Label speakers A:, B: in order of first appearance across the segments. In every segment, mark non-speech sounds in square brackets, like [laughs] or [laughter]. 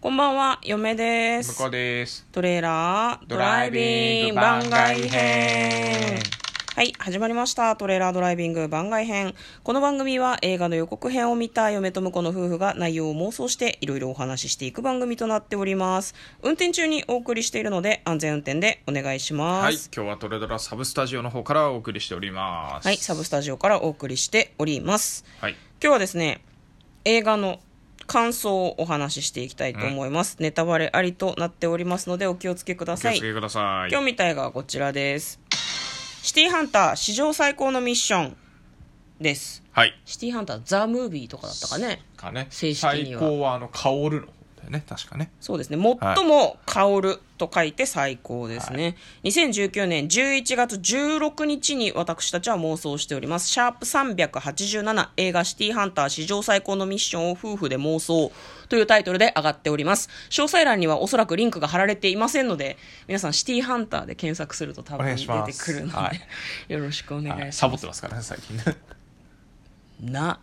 A: こんばんは、嫁で
B: 向
A: す
B: こ。うです。
A: トレーラードライビング番外編。はい、始まりました。トレーラードライビング番外編。この番組は映画の予告編を見た嫁と婿の夫婦が内容を妄想していろいろお話ししていく番組となっております。運転中にお送りしているので安全運転でお願いします。
B: はい、今日はトレドラサブスタジオの方からお送りしております。
A: はい、サブスタジオからお送りしております。
B: はい、
A: 今日はですね映画の感想をお話ししていきたいと思います、ネタバレありとなっておりますのでお気をつけくだ
B: お気を
A: さ
B: つ
A: い
B: けください。
A: 今日見た映画はこちらですシティーハンター史上最高のミッションです
B: はい。
A: シティーハンターザ・ムービーとかだったかね
B: かね。
A: 正式には
B: 最高はあの香るの方だよね、確かね。
A: そうですね最も香ると書いて最高ですね、2019年11月16日に私たちは妄想しておりますシャープ387映画シティーハンター史上最高のミッションを夫婦で妄想というタイトルで上がっております詳細欄にはおそらくリンクが貼られていませんので皆さんシティーハンターで検索すると多
B: お
A: 分
B: 願い
A: 出
B: します
A: てくるので、
B: は
A: [laughs]
B: い
A: よろしくお願いし
B: は
A: ま
B: い、
A: す、
B: サボってますからね、最
A: [laughs]
B: 近ね。
A: な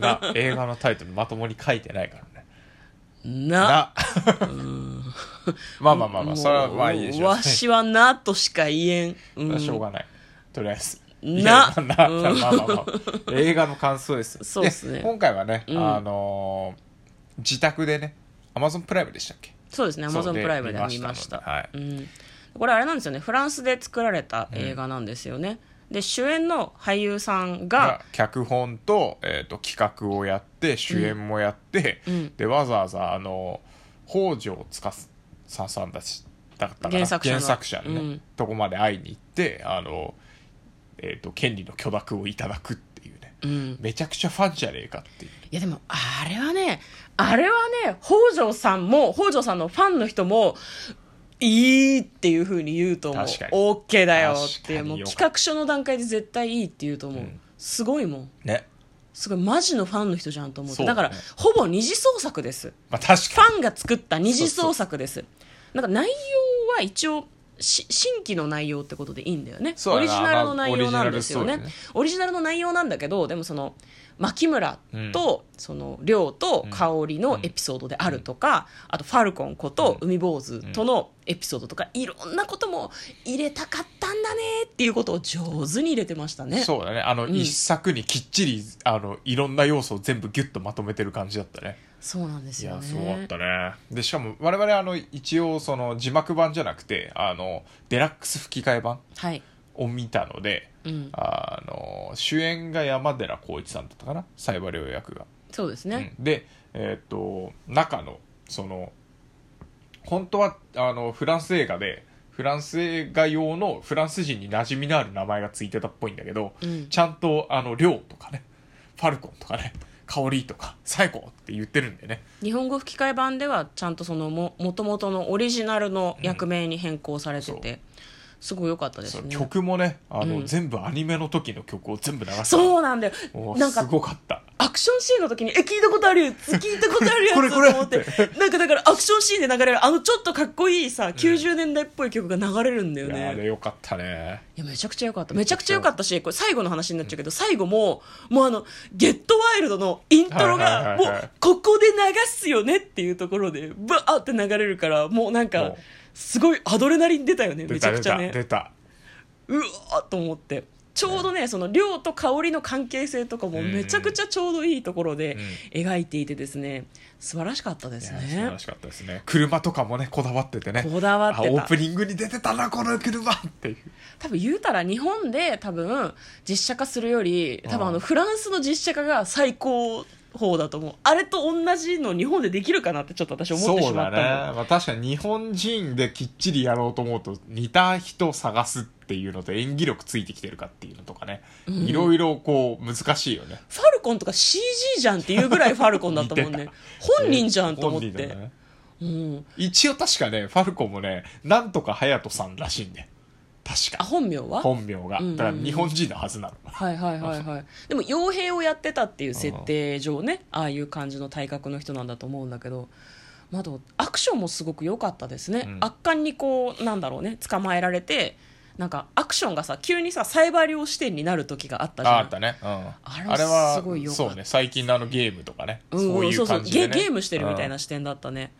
B: な映画のタイトルまともに書いてないからね。
A: な [laughs]
B: な。まあまあまあま
A: も
B: あ、
A: う
B: それはまあいいでしょう、
A: わしはなとしか言えん、うん
B: しょうがない。とりあえず。
A: ない
B: やな、まあまあまあ。映画の感想です。
A: そうっすね
B: 今回はね、あのー自宅でね、アマゾンプライムでしたっけ
A: そうですね、ア
B: そ
A: マ
B: う
A: ゾン
B: で
A: プライムで見ました。
B: 見ましたの
A: うん、これ、あれなんですよね、フランスで作られた映画なんですよね。で、主演の俳優さんが
B: が、脚本と,、えー、と企画をやって主演もやって、
A: ん
B: でわざわざあの北条司さんたちだったかな
A: 原作者の
B: のね、
A: うん
B: とこまで会いに行ってあの、えー、と権利の許諾をいただくっていうね、
A: うん、
B: めちゃくちゃファンじゃねえかっていう
A: いやでも、あれはね、あれはね、北条さんも、北条さんのファンの人も、いいっていうふうに言うと思う。
B: 確かに
A: OK だよっていう、
B: 確かに
A: もう
B: よかった
A: 企画書の段階で絶対いいって言うと思う。
B: うん
A: すごいもん。
B: ね、
A: すごい、マジのファンの人じゃんと思って。
B: そう
A: だ
B: だ
A: か
B: ね
A: ら、ほぼ二次創作です。
B: まあ、確
A: フ
B: かに
A: ァンが作った二次創作ですなんか内容は一応し新規の内容ってことでいいんだよね
B: そう
A: オ
B: だ
A: リ
B: な
A: ジナルの内容なんですよね,、
B: まあオリジナル
A: オリジナルの内容なんだけどでもその牧村と、その亮と香織のエピソードであるとか、あとファルコンこと海坊主とのエピソードとか、いろんなことも入れたかったんだねっていうことを上手に入れてましたね
B: そうだねあの、一作にきっちりあのいろんな要素を全部ギュッとまとめてる感じだったね
A: そうなんです
B: い
A: よ
B: や
A: ね
B: そうだったねでしかも我々あの一応その字幕版じゃなくてあのデラックス吹き替え版
A: はい、
B: を見たので
A: うん、
B: あの主演が山寺宏一さんだったかなサイバリオ役が、
A: そうですね、
B: うんでえーっと中のその本当はあのフランス映画でフランス映画用のフランス人に馴染みのある名前がついてたっぽいんだけど、
A: うん
B: ちゃんとあの亮とかねファルコンとかね香りとか最高って言ってるんでね
A: 日本語吹き替え版ではちゃんとそのもともとのオリジナルの役名に変更されてて、すごい良かったです
B: そう
A: ね
B: 曲もねあの、
A: うん
B: 全部アニメの時の曲を全部流した
A: そうなんだよ
B: もう
A: なん
B: す
A: か
B: ごかった
A: アクションシーンの時に「え聞いたことあるやつ聞いたことあるやつ」
B: これ [laughs] これ
A: と思ってなんかだからアクションシーンで流れるあのちょっとかっこいいさ90年代っぽい曲が流れるんだよ
B: い
A: ね、
B: やあれよかったね
A: いやめちゃくちゃ良かっためちゃくちゃ良かったしこれ最後の話になっちゃうけど、最後ももうあの「ゲットワイルド」のイントロが
B: はい
A: も
B: はいはいはいう
A: ここで流すよねっていうところでバーって流れるからもうなん
B: も
A: か
B: う
A: すごいアドレナリン出たよね
B: 出
A: めちゃ
B: た
A: く
B: 出
A: ちゃ
B: た
A: ね
B: 出た
A: うわーっと思ってちょうどねその量と香りの関係性とかも
B: うんうん
A: めちゃくちゃちょうどいいところで
B: うん
A: 描いていてですね素晴らしかったで
B: い
A: す
B: や素晴
A: ね
B: らしかったですね車とかもねこだわっててね
A: こだわってた
B: あオープニングに出てたなこの車っていう
A: 多分言うたら日本で多分実写化するより多分あ
B: う
A: の
B: ん
A: フランスの実写化が最高方だと思うあれと同じの日本でできるかなってちょっと私思って
B: そ
A: し
B: う
A: まっ
B: だね、
A: た
B: まあ、確かに日本人できっちりやろうと思うと似た人探すっていうのと演技力ついてきてるかっていうのとかね、いろいろこう難しいよね
A: ファルコンとか CG じゃんっていうぐらいファルコンだったもん
B: [laughs] 似て
A: ね
B: た
A: 本人じゃんと思っ
B: 本人だ
A: て、
B: ね
A: うん、
B: 一応確かねファルコンもねなんとか隼人さんらしいんだよ確
A: あ
B: か
A: 本名は
B: 本名が
A: うんうん
B: だから日本人のはずなの
A: はいはいはいはいでも傭兵をやってたっていう設定上ねああいう感じの体格の人なんだと思うんだけどまあでもアクションもすごく良かったですね、
B: うん
A: 圧巻にこうなんだろうね捕まえられてなんかアクションがさ急にさサイバー量視点になる時があったじゃん
B: ああったね、うん、あ
A: れはすごい良かった
B: そうね最近のあのゲームとかね、
A: うん
B: そう
A: うん
B: い
A: そううそ
B: 感
A: う
B: じ
A: ゲ
B: で、ね
A: ゲームしてるみたい
B: うん
A: な視点だったね、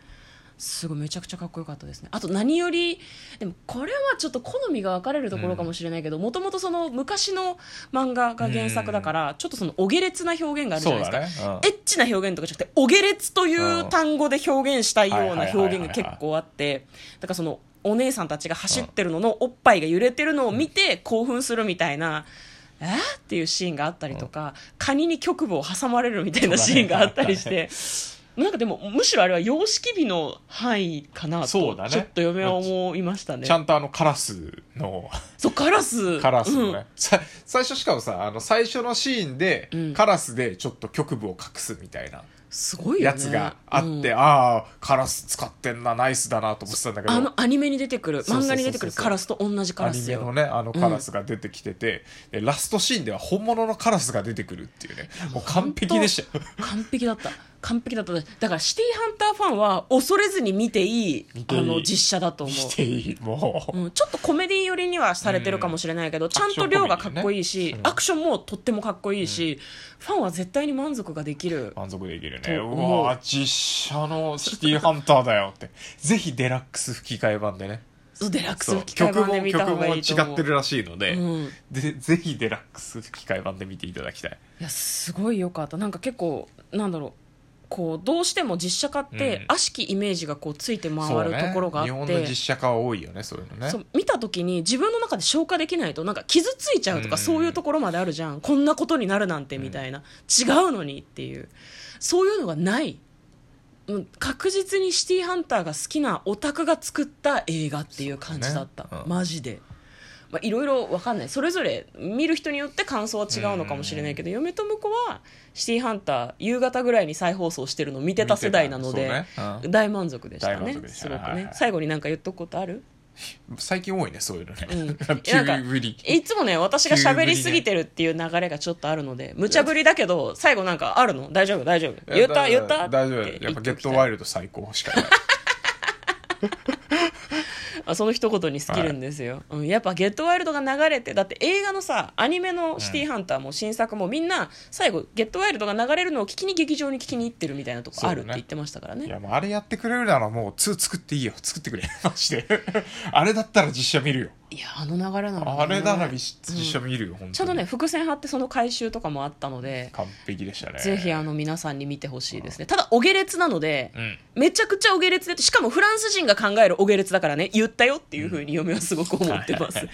A: すごいめちゃくちゃかっこよかったですねあと何よりでもこれはちょっと好みが分かれるところかもしれないけどもともとその昔の漫画が原作だから、ちょっとそのお下劣な表現があるじゃ
B: そう
A: ないです
B: だ
A: か、
B: ね、うん
A: エッチな表現とかじゃなくてお下劣という
B: うん
A: 単語で表現したいよう
B: は
A: ない
B: はいはいはいはい
A: 表現が結構あってだからそのお姉さんたちが走ってるののおっぱいが揺れてるのを見て興奮するみたいな。えーっていうシーンがあったりとか、カニに局部を挟まれるみたいなシーンがあったりして、なんかでもむしろあれは様式美の範囲かなとち
B: そ
A: ょ
B: うだね
A: っと嫁は思いましたね
B: ちゃんとあのカラスの
A: そうカラス
B: カラス
A: うん
B: のね、さ最初しかもさあの最初のシーンで、
A: うん
B: カラスでちょっと局部を隠すみたいな
A: すごいよね
B: やつがあって、
A: うん
B: ああカラス使ってんなナイスだなと思ってたんだけど
A: あのアニメに出てくる
B: そうそうそうそ
A: 漫画
B: う
A: に出てくるカラスと同じカ
B: ア
A: ラ
B: ニ
A: ス
B: メ
A: よ
B: のねあのカラスが出てきてて、でラストシーンでは本物のカラスが出てくるっていうねもう完璧でしたよ
A: 完璧だった完璧だっただからシティーハンターファンは恐れずに見ていい
B: 見ていい
A: あの実写だ
B: [laughs]
A: と思
B: 見ていいもう、
A: う、うん、ちょっとコメディ寄りにはされてるかもしれないけど、ちゃんと量がかっこいいし、
B: うん
A: アクションもとってもかっこいいし、ファンは絶対に満足ができる
B: 満足できるね
A: と
B: う
A: 思う
B: わー実写のシティハンターだよってぜひデラックス吹き替え版でね
A: そうデラックス
B: そう
A: 吹き替え
B: 曲
A: 版
B: も
A: で見た
B: 曲
A: 方が
B: も
A: い
B: 違
A: いと思う
B: ってるらしいので、
A: うん
B: でぜひデラックス吹き替え版で見ていただきたい
A: いやすごい良かったなんか結構なんだろうこうどうしても実写化って、
B: うん
A: 悪しきイメージがこうついて
B: そう
A: 回るところがあって、
B: ね、日本の実写化は多いよねそういうのね
A: そう見た時に自分の中で消化できないとなんか傷ついちゃうとか
B: うん
A: そういうところまであるじゃん、こんなことになるなんてみたいな、違うのにっていうそういうのがないうん確実にシティーハンターが好きなオタクが作った映画っていう感じだった、
B: そうねうん
A: マジで。まあ、いろいろわかんないそれぞれ見る人によって感想は違うのかもしれないけど、嫁と婿はシティーハンター夕方ぐらいに再放送してるのを見てた世代なので、
B: 見てたそうねうん
A: 大満足でした
B: 大満
A: ね
B: 足でした
A: すごくね、
B: はいはい
A: 最後に何か言っとくことある
B: 最近多いねそういうのね、
A: [laughs] うん
B: [laughs] 急ぶり
A: いつもね私が喋りすぎてるっていう流れがちょっとあるので無茶ぶりだけど最後なんかあるの大丈夫大丈夫言った
B: いや
A: 言った
B: 大丈夫
A: て言
B: やっ
A: と
B: ぱ
A: きた
B: ゲ
A: い
B: ットワイルド最高しかない
A: あその一言に尽きるんですよ、うん、やっぱ「ゲットワイルド」が流れてだって映画のさアニメの「シティーハンター」も新作もみんな最後「ゲットワイルド」が流れるのを聞きに劇場に聞きに行ってるみたいなとこあるって言ってましたからね
B: いやもうあれやってくれるならもう2作っていいよ作ってくれ [laughs] マジであれだったら実写見るよ
A: いやあの流れなの
B: あれなら実実写見るよ、本当に
A: ちゃんとね伏線張ってその回収とかもあったので
B: 完璧でしたね
A: ぜひあの皆さんに見てほしいですねただお下劣なので、
B: うん
A: めちゃくちゃお下劣でしかもフランス人が考えるお下劣だからね言ったよっていうふうに嫁はすごく思ってます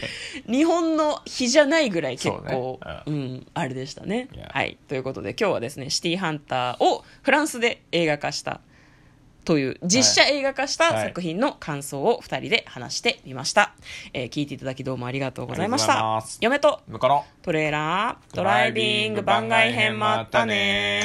A: 日本の比じゃないぐらい結構
B: そうね
A: う、ん、あれでしたね
B: いや
A: はいということで今日はですね「シティーハンター」をフランスで映画化したという実写映画化した作品の感想を2人で話してみました、えー聞いていただきどうもありがとうございまし
B: ありがとうござい
A: た
B: ます
A: 嫁と
B: だから
A: トレーラードライビング番外編もあったね